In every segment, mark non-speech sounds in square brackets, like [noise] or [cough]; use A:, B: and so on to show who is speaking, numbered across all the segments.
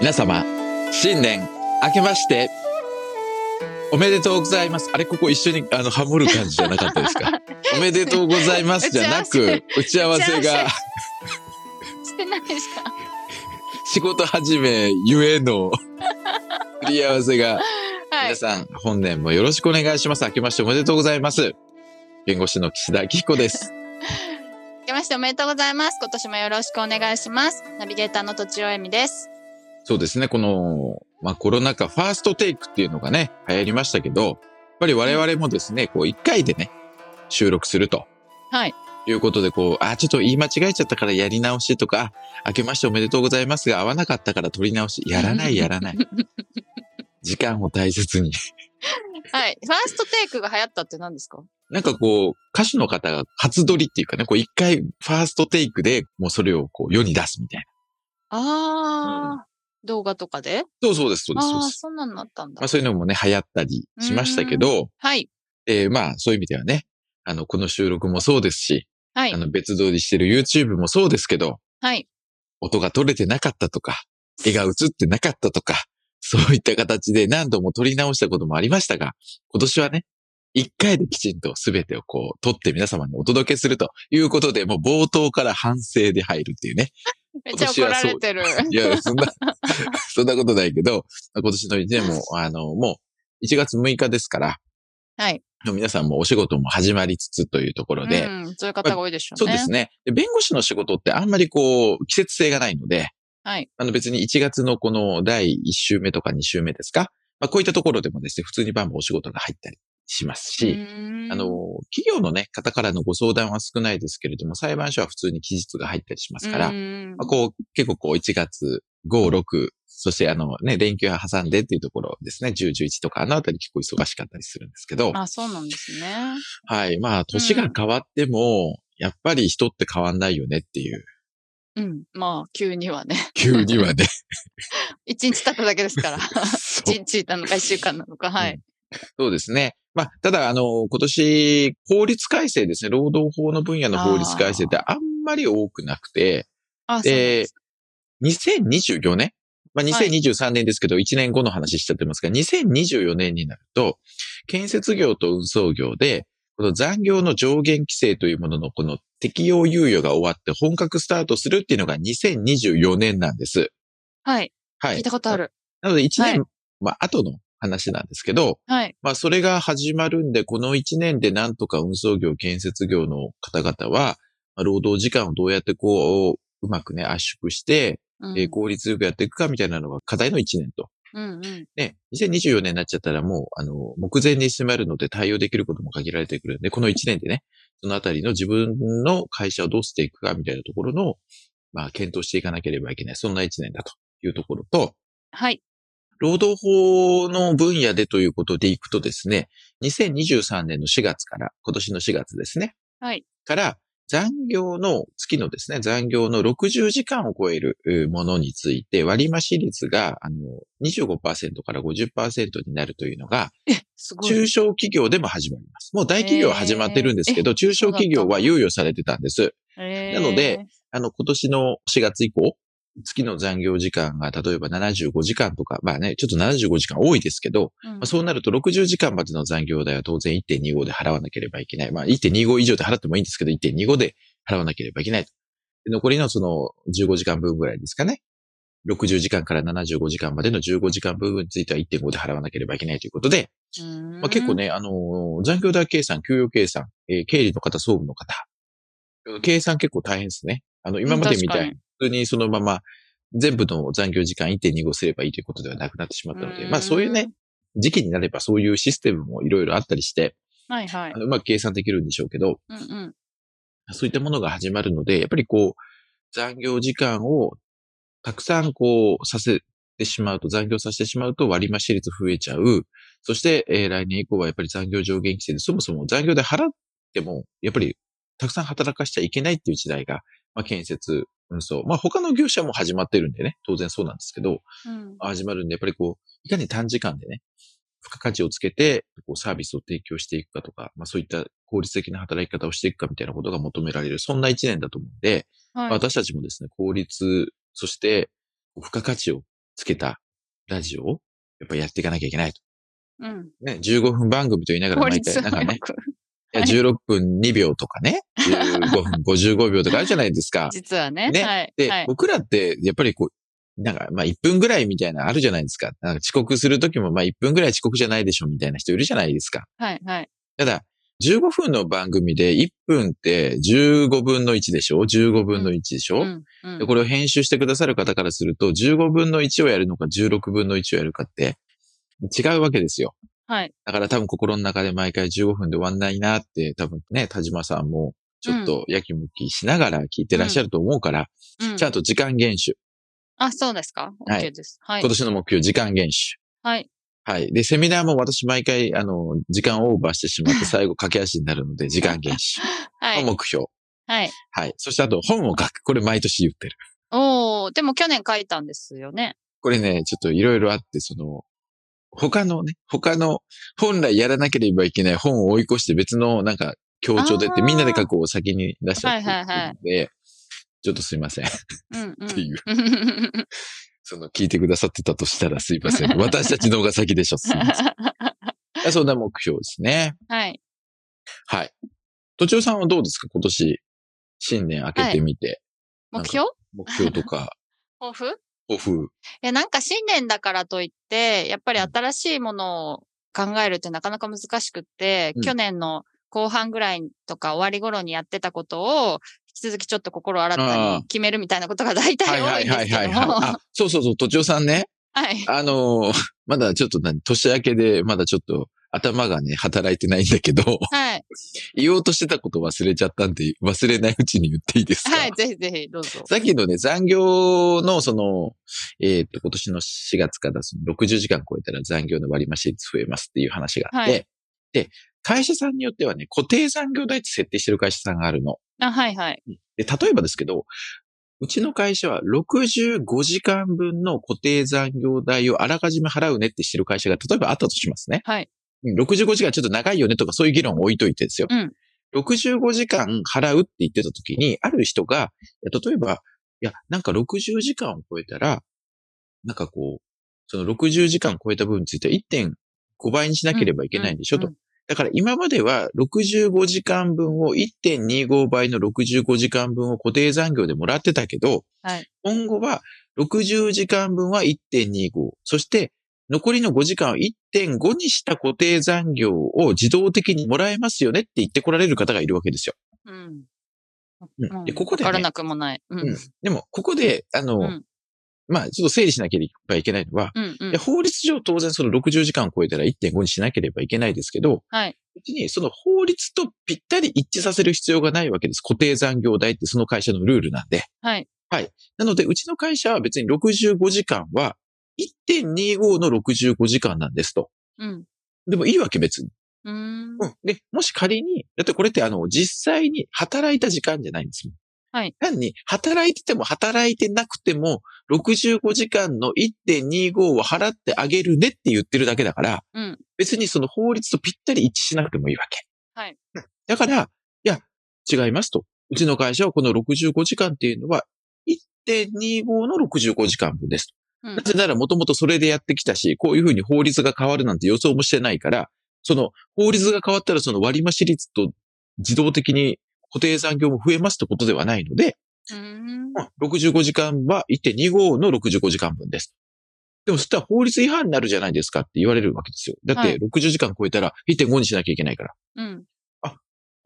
A: 皆様、新年、明けまして、おめでとうございます。あれ、ここ一緒に、あの、ハモる感じじゃなかったです
B: [laughs]
A: かおめでとうございますじゃなく、打ち合わせ
B: 打ち合
A: が
B: わ、してないじゃん。
A: 仕事始めゆえ
B: [laughs]
A: の、振り合わせが、
B: はい
A: 皆。さん、本年もよろしくお願いします。明けましておめでとうございます。弁護士の岸田明彦です。
B: 明けましておめでとうございます。今年もよろしくお願いします。ナビゲーターのとちおえみです。
A: そうですね、この、まあ、コロナ禍、ファーストテイクっていうのがね、流行りましたけど、やっぱり我々もですね、こう、一回でね、収録すると。
B: はい。
A: いうことで、こう、あ、ちょっと言い間違えちゃったからやり直しとか、あ明けましておめでとうございますが、合わなかったから取り直し、やらない、やら
B: [laughs]
A: ない。時間を大切に。
B: はい。ファーストテイクが流行ったって何ですか
A: なんかこう、歌手の方が初撮りっていうかね、こう、一回、ファーストテイクで、もうそれをこう、世に出すみたいな。
B: ああ、動画とかで
A: そうそうです、そうです、そ
B: あ
A: う
B: あ、
A: です。
B: そんなのあったんだ
A: まあ、。そういうのもね、流行ったりしましたけど、
B: はい。
A: えーまあ、そういう意味ではね、あの、この収録もそうですし、
B: はい
A: あ。の、別撮りしてる YouTube もそうですけど、
B: はい。
A: 音が取れてなかったとか、絵が映ってなかったとか、そういった形で何度も撮り直したこともありましたが、今年はね、一回できちんと全てをこう、撮って皆様にお届けするということで、もう冒頭から反省で入るっていうね。
B: めっちゃ怒られてる。
A: いや、そんな、 [laughs] そんなことないけど、今年の1年も、あの、もう、1月6日ですから、
B: [laughs] はい。
A: 皆さんもお仕事も始まりつつというところで、
B: うん、そういう方が多いでしょ
A: そうう
B: ね。
A: ですねで弁護士の仕事ってあんまりこう、季節性がないので、
B: はい。
A: あの別に1月のこの第1週目とか2週目ですか、まあこういったところでもですね、普通にバンバンお仕事が入ったりします
B: う
A: し、
B: ーん
A: あの、企業のね、方からのご相談は少ないですけれども、裁判所は普通に期日が入ったりしますから、
B: う
A: ま
B: ーん
A: あこう、結構こう1月5、6、そしてあのね、連休挟んでっていうところですね、10、11とか、あのあたり結構忙しかったりするんですけど、
B: あ、そうなんですね。
A: はい。まあ、年が変わっても、やっぱり人って変わんないよねっていう。
B: うん。まあ、急にはね。 [laughs]
A: 急にはね。
B: 一日経っただけですから。
A: [laughs] そ
B: 一日いたのか一週間なのか。は
A: う
B: い
A: ん。そうですね。まあ、ただ、あの、今年、法律改正ですね。労働法の分野の法律改正ってあんまり多くなくて、
B: あ、そうなんで。
A: です2024年まあ、2023年ですけど、1年後の話しちゃってますが、2024年になると、建設業と運送業で、この残業の上限規制というもののこの適用猶予が終わって本格スタートするっていうのが2024年なんです。
B: はい。
A: は
B: 聞いたことある。
A: なので1年、
B: はい
A: まあ、後の話なんですけど、
B: はい。
A: まあ、それが始まるんで、この1年でなんとか運送業、建設業の方々は、まあ労働時間をどうやってこう、うまくね、圧縮して、
B: うん
A: えー効率よくやっていくかみたいなのが課題の1年と。
B: うんうん。
A: ね、2024年になっちゃったらもう、あの、目前に迫るので対応できることも限られてくるんで、この1年でね、そのあたりの自分の会社をどうしていくかみたいなところの、まあ、検討していかなければいけない。そんな1年だというところと、
B: はい。
A: 労働法の分野でということでいくとですね、2023年の4月から、今年の4月ですね。
B: はい。
A: から、残業の月のですね、残業の60時間を超えるえーものについて割増率が、あの、25%から50%になるというのが、
B: すごい。
A: 中小企業でも始まります。もう大企業は始まってるんですけど、中小企業は猶予されてたんです。
B: な
A: なので、あの、今年の4月以降、月の残業時間が例えば75時間とか、まあね、ちょっと75時間多いですけど、
B: うん
A: まあそうなると60時間までの残業代は当然1.25で払わなければいけない。まあ1.25以上で払ってもいいんですけど、1.25で払わなければいけないと。で残りのその15時間分ぐらいですかね。60時間から75時間までの15時間分については1.5で払わなければいけないということで、
B: うん
A: まあ、結構。ね、あのー残業代計算、給与計算、えー経理の方、総務の方、計算結構大変ですね。あの、今までみた
B: う
A: い
B: ん確か
A: に、普通にそのまま、全部の残業時間1.25すればいいということではなくなってしまったので、
B: うん
A: まあそういうね、時期になればそういうシステムもいろいろあったりして、
B: はいはい
A: あ。のうまく計算できるんでしょうけど、
B: うんうん。
A: そういったものが始まるので、やっぱりこう、残業時間をたくさんこう、させてしまうと、残業させてしまうと割増率増えちゃう。そして、えー来年以降はやっぱり残業上限規制で、そもそも残業で払っても、やっぱりたくさん働かしちゃいけないっていう時代が、まあ、建設、運送、まあ他の業者も始まってるんでね、当然そうなんですけど、
B: うん。
A: 始まるんで、やっぱりこう、いかに短時間でね、付加価値をつけて、こうサービスを提供していくかとか、まあそういった効率的な働き方をしていくかみたいなことが求められる、そんな一年だと思うんで、まあ
B: はい。
A: 私たちもですね、効率、そして、付加価値をつけたラジオを、やっぱりやっていかなきゃいけないと。
B: うん。
A: ね、15分番組と言いながら
B: 効
A: 毎
B: 率
A: 回、
B: を
A: なん
B: 早
A: かね、
B: く。
A: いや16分2秒とかね、15分55秒とかあるじゃないですか。
B: 実はね。
A: ね
B: はい。
A: で、
B: はい。
A: 僕らって、やっぱりこう、なんか、まあ、1分ぐらいみたいな、あるじゃないですか。なんか遅刻するときも、まあ、1分ぐらい遅刻じゃないでしょ、みたいな人いるじゃないですか。
B: はい。はい。
A: ただ、15分の番組で、1分って15分の1でしょ ?15 分の1でしょ、
B: うんうん
A: でこれを編集してくださる方からすると、15分の1をやるのか、16分の1をやるかって、違うわけですよ。
B: はい。
A: だから多分心の中で毎回15分で終わんないなって、多分ね、田島さんも、ちょっとやきもきしながら聞いてらっしゃると思うから、
B: うん
A: ちゃんと時間厳守。
B: あ、そうですか
A: はい
B: ?OK です。はい
A: 今。年の目標、時間厳守。
B: はい。
A: はい。で、セミナーも私毎回、あの、時間オーバーしてし
B: [laughs]
A: まって、最後駆け足になるので、時間厳
B: は
A: 守の
B: い。
A: 目標。
B: はい。
A: はい。そしてあと、本を書く。これ毎年言ってる。
B: おー、でも去年書いたんですよね。
A: これね、ちょっといろいろあって、その、他のね、他の、本来やらなければいけない本を追い越して別の、なんか、協調でって、
B: あー
A: みんなで書くを先に出しちゃってる
B: はいはいはい
A: ので、ちょっとすいま
B: [laughs]
A: せん。っ
B: うんうん。
A: て
B: [laughs]
A: いう。
B: う
A: その、聞いてくださってたとしたらすいません。私たちの方が先でしょ。すいません
B: [laughs]
A: あそんな目標ですね。
B: はい。
A: はい。とちおさんはどうですか今年、新年明けてみて、
B: 目標
A: 目標とか、
B: [laughs] 抱負
A: 抱負。
B: え、なんか新年だからといって、やっぱり新しいものを考えるってなかなか難しくって、
A: うん
B: 去年の後半ぐらいとか終わり頃にやってたことを、引き続きちょっと心新た
A: あ
B: に
A: あ
B: 決めるみたいなことが大体多いんですけ
A: [laughs]
B: ども。
A: あ、そうそうそう、とちおさんね、
B: はい。
A: あのー [laughs] まだちょっと何、年明けで、まだちょっと、頭がね、働いてないんだけど、 [laughs]
B: はい。
A: 言おうとしてたこと忘れちゃったんで、忘れないうちに言っていいですか
B: はい。ぜひぜひ、どうぞ。
A: さっきのね、残業の、その、えっ、と、今年の4月からその60時間超えたら残業の割増率増えますっていう話があって、
B: はい
A: で、会社さんによってはね、固定残業代って設定してる会社さんがあるの。
B: あ、はいはい。
A: で、例えばですけど、うちの会社は65時間分の固定残業代をあらかじめ払うねってしてる会社が、例えばあったとしますね。
B: はい
A: うん。65時間ちょっと長いよねとかそういう議論を置いといてですよ。
B: うん
A: 65時間払うって言ってた時に、ある人が、いや例えば、いや、なんか60時間を超えたら、なんかこう、その60時間超えた分については1.5倍にしなければいけないんでしょと
B: うん。
A: だから今までは65時間分を1.25倍の65時間分を固定残業でもらってたけど、
B: はい
A: 今後は60時間分は1.25、そして残りの5時間を1.5にした固定残業を自動的にもらえますよねって言ってこられる方がいるわけですよ。
B: うん。
A: うんで
B: うん
A: ここで
B: わから
A: ね、
B: なくもない。うん。
A: うんでもここで、あの、
B: うん
A: まあちょっと整理しなければいけないのは、
B: うんうん
A: いや法律上当然その60時間を超えたら1.5にしなければいけないですけど、
B: はい。
A: うちにその法律とぴったり一致させる必要がないわけです。固定残業代ってその会社のルールなんで。
B: はい。
A: なので、うちの会社は別に65時間は1.25の65時間なんですと。
B: うん。
A: でもいいわけ別に。
B: うーん。
A: うん。で、もし仮に、だってこれってあの、実際に働いた時間じゃないんですよ。
B: はい。
A: 単に、働いてても働いてなくても、65時間の1.25を払ってあげるねって言ってるだけだから、
B: うん
A: 別にその法律とぴったり一致しなくてもいいわけ。
B: はい
A: うん。だから、いや、違いますと。うちの会社はこの65時間っていうのは、1.25の65時間分ですと。
B: うん
A: なぜならもともとそれでやってきたし、こういうふうに法律が変わるなんて予想もしてないから、その法律が変わったらその割増率と自動的に固定残業も増えますってことではないので、
B: うーん。
A: まあ65時間は1.25の65時間分です。でもそしたら法律違反になるじゃないですかって言われるわけですよ。だっ
B: は
A: て
B: い
A: 60時間超えたら1.5にしなきゃいけないから。
B: うん。
A: だ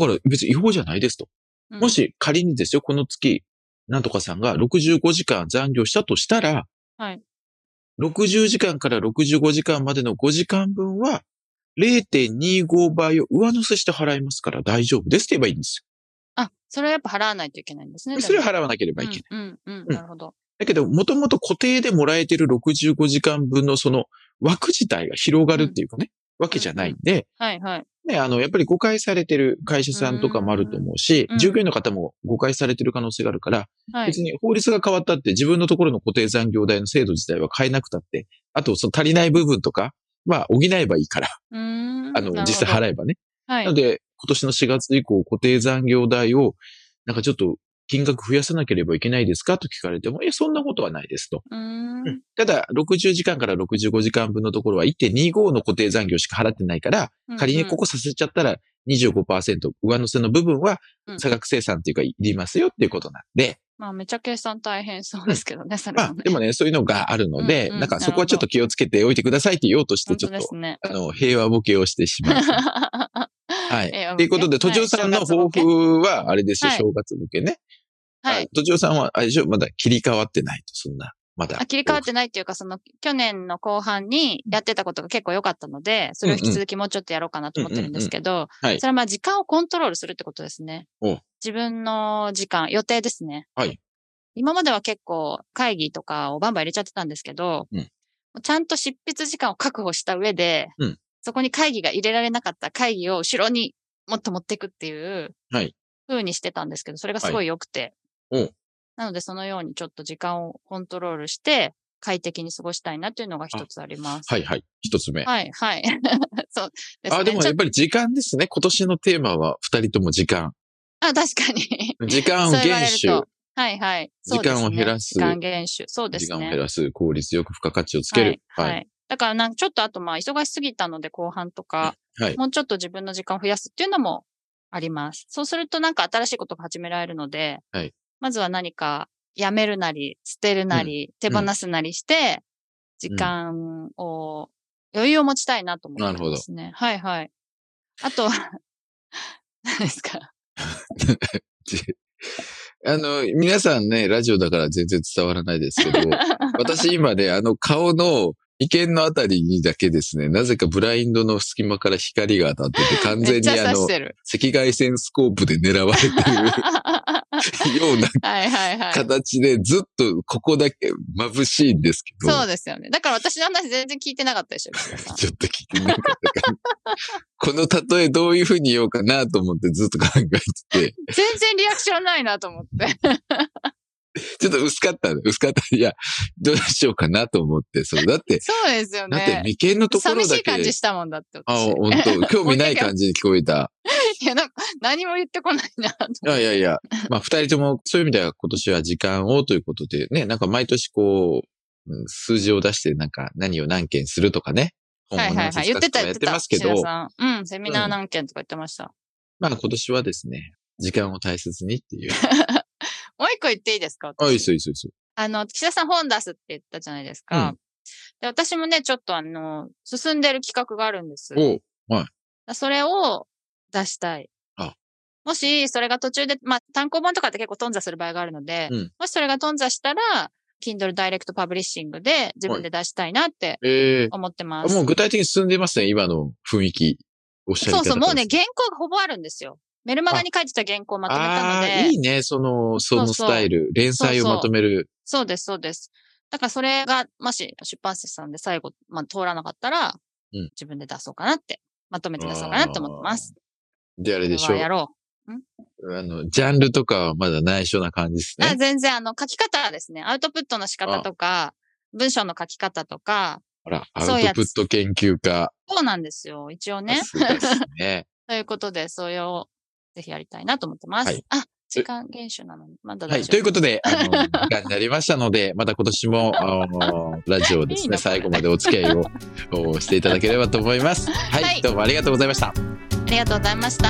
A: から別に違法じゃないですと。
B: うん
A: も、し仮にですよ、この月、なんとかさんが65時間残業したとしたら、
B: はい
A: 60時間から65時間までの5時間分は、0.25倍を上乗せして払いますから大丈夫ですって言えばいいんです
B: あ、それはやっぱ払わないといけないんですね。
A: それは払わなければいけない。
B: うん、うん、うん。なるほど。
A: だけど、もともと固定でもらえてる65時間分のその枠自体が広がるっていうかね、わけじゃないんで、
B: はい、はい。
A: ね、あの、やっぱり誤解されてる会社さんとかもあると思うし
B: うん、
A: 従業員の方も誤解されてる可能性があるから、
B: はい
A: 別。に法律が変わったって自分のところの固定残業代の制度自体は変えなくたって、あとその足りない部分とか、まあ補えばいいから、
B: うーん。
A: あの、実際払
B: え。
A: えばね。
B: はい
A: なの。で、今年の4月以降固定残業代を、なんかちょっと金額増やさなければいけないですかと聞かれても、いや、そんなことはないですと。
B: うーん。
A: ただ、60時間から65時間分のところは1.25の固定残業しか払ってないから、 [laughs] 仮にこ
B: こ、
A: こさせちゃったら25%上乗せの部分は
B: うん
A: 差額生産っていうかいりますよっていうことなんで、
B: まあ、めちゃ計算大変そうですけどね、それ
A: ま
B: は
A: あ
B: ね。
A: でもね、そういうのがあるので、
B: うんうん
A: なんかそこはちょっと気をつけておいてくださいって言おうとして、
B: 本
A: ちょ
B: 当
A: っ
B: で
A: と、
B: すね。
A: あの、平和ボケをしてしまう。
B: [laughs]
A: はい。
B: ええ
A: ということで、都庁さんの抱。
B: は
A: 負は、あれですよ、
B: はい
A: 正月向けね。
B: はい
A: あ。。都庁さんは、あれでしょ、まだ切り替わってないと、そんな、まだ。
B: あ切り替わってないっていうか、その、去年の後半にやってたことが結構良かったので、それを引き続きもうちょっとやろうかなと思ってるんですけど、
A: うんうんうんうんはい
B: それはまあ時間をコントロールするってことですね
A: お。
B: 自分の時間、予定ですね。
A: はい
B: 今までは結構会議とかをバンバン入れちゃってたんですけど、
A: うん
B: ちゃんと執筆時間を確保した上で、
A: うん
B: そこに会議が入れられなかった会議を後ろにもっと持っていくっていう、
A: はい
B: 風にしてたんですけど、それがすごい良くて、
A: はいお
B: なので、そのようにちょっと時間をコントロールして、快適に過ごしたいなというのが一つあります。
A: はいはい。一つ目。
B: はい、はい。 [laughs] そうですね。
A: あ、でも
B: ち
A: や
B: ょ
A: っぱり時間ですね。今年のテーマは、二人とも時間。
B: あ、確かに。
A: 時間を
B: [laughs] そう言わ
A: 厳
B: れると
A: 守。
B: はい、はい。そう
A: 時
B: ですね
A: 間を減らす
B: 時間減収。そうで
A: 時
B: す
A: 間を
B: ね。
A: 減らす、効率よく付加価値をつける。
B: はい。は
A: はい。
B: いだからなんかちょっとあとまあ忙しすぎたので後半とか、
A: はい
B: もうちょっと自分の時間を増やすっていうのもあります。そうするとなんか新しいことが始められるので、
A: はい
B: まずは何かやめるなり、捨てるなり、手放すなりして、時間を、余裕を持ちたいなと思ってますね。はいはい。あと、何ですか
A: あの、皆さんね、ラジオだから全然伝わらないですけ
B: [laughs]
A: ど、私今ね、あの顔の眉間のあたりにだけですね、なぜかブラインドの隙間から光が当た
B: [laughs]
A: ってて、完
B: め
A: 全
B: っち
A: に
B: ゃ
A: あ
B: 刺
A: の
B: し、
A: [laughs]
B: てる。
A: 赤外線スコープで狙われて
B: は
A: るようない
B: はいはい。
A: 形で、ずっとここだけ眩しいんですけど、
B: そうですよね。だから私の話全然聞いてなかったでしょ。岸田さん
A: ちょっと聞いてなかったからこの例えどういうふうに言おうかなと思ってずっと考え
B: [laughs]
A: てて、
B: 全然リアクションないなと思って。
A: [laughs] ちょっと薄かったの、薄かった。いや、どうしようかなと思って、そう、だって、
B: そうですよ
A: だって
B: ね。
A: 眉間のとこ
B: 寂
A: ろ
B: し
A: だ
B: い感
A: け
B: じ、したもんだって。
A: あ、
B: 私
A: 本 [laughs] 当興味ない感じに聞こえた。
B: [laughs] いや、なんか何も言ってこないなと。
A: いやいやいや、まあ二人ともそういう意味では今年は時間をということでね、なんか毎年こう、うん数字を出してなんか何を何件するとかね、本
B: はい
A: を
B: は
A: 何
B: いはい。
A: 冊
B: 言
A: 書く
B: って
A: と
B: た、
A: か
B: 言
A: や
B: っ
A: ってて
B: た。
A: ますけ
B: 岸
A: ど、
B: 田さんうん、セミナー何件とか言ってました。
A: まあ今年はですね、時間を大切に [laughs] っていう。
B: もう一個言っていいですか
A: あ、いいですよいいですよいいですよ。
B: あの、岸田さん本出すって言ったじゃないですか。
A: うん
B: で私もね、ちょっとあの、進んでる企画があるんです。
A: おう
B: それを出したい
A: あ。
B: もし、それが途中で、まあ、単行本とかって結構頓挫する場合があるので、
A: うん
B: もしそれが頓挫したら、Kindle Direct Publishing で自分で出したいなって
A: ええ
B: 思ってま
A: あ
B: す。
A: もう具体的に進んでますね、今の雰囲気。おっしゃり
B: そ
A: 方
B: うそう、もうね、原稿がほぼあるんですよ。メルマガに書いてた原稿をまとめた
A: ああ
B: ので、
A: ー、いいね、その、その
B: そうそう
A: スタイル。連載をまとめる。
B: そうです、そうです。だからそれが、もし出版社さんで最後、まあ、通らなかったら、
A: うん
B: 自分で出そうかなって、まとめて出そうかなって思ってます。
A: で、あれでし
B: こ
A: ょ
B: れはやろ
A: あの、ジャンルとかはまだ内緒な感じです
B: う。あ
A: ね。
B: 全然、あの、書き方ですね。アウトプットの仕方とか、文章の書き方とか、
A: ほら、ア
B: そう
A: ウ
B: や
A: ト
B: つ
A: プット研究家。
B: そうなんですよ。一応ね
A: さ。すがです
B: [laughs]
A: ね。
B: ということで、それをぜひやりたいなと思ってま
A: は
B: す。
A: い
B: あ、時間厳守なのに、まだ
A: は
B: 大
A: い。
B: 丈夫。
A: ということで、あ
B: [laughs]
A: の、時間になりましたので、また今年も、あのラジオをですね
B: いいなこれ
A: 最後までお付き合いをおしていただければと思います。はい、
B: はい
A: どうもありがとうございました。
B: ありがとうございました。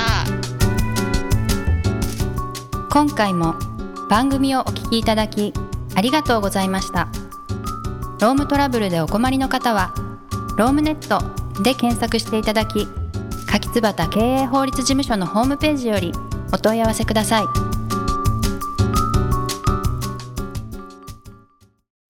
C: 今回も番組をお聞きいただきありがとうございましたロームトラブルでお困りの方は「ロームネット」で検索していただき柿椿経営法律事務所のホームページよりお問い合わせください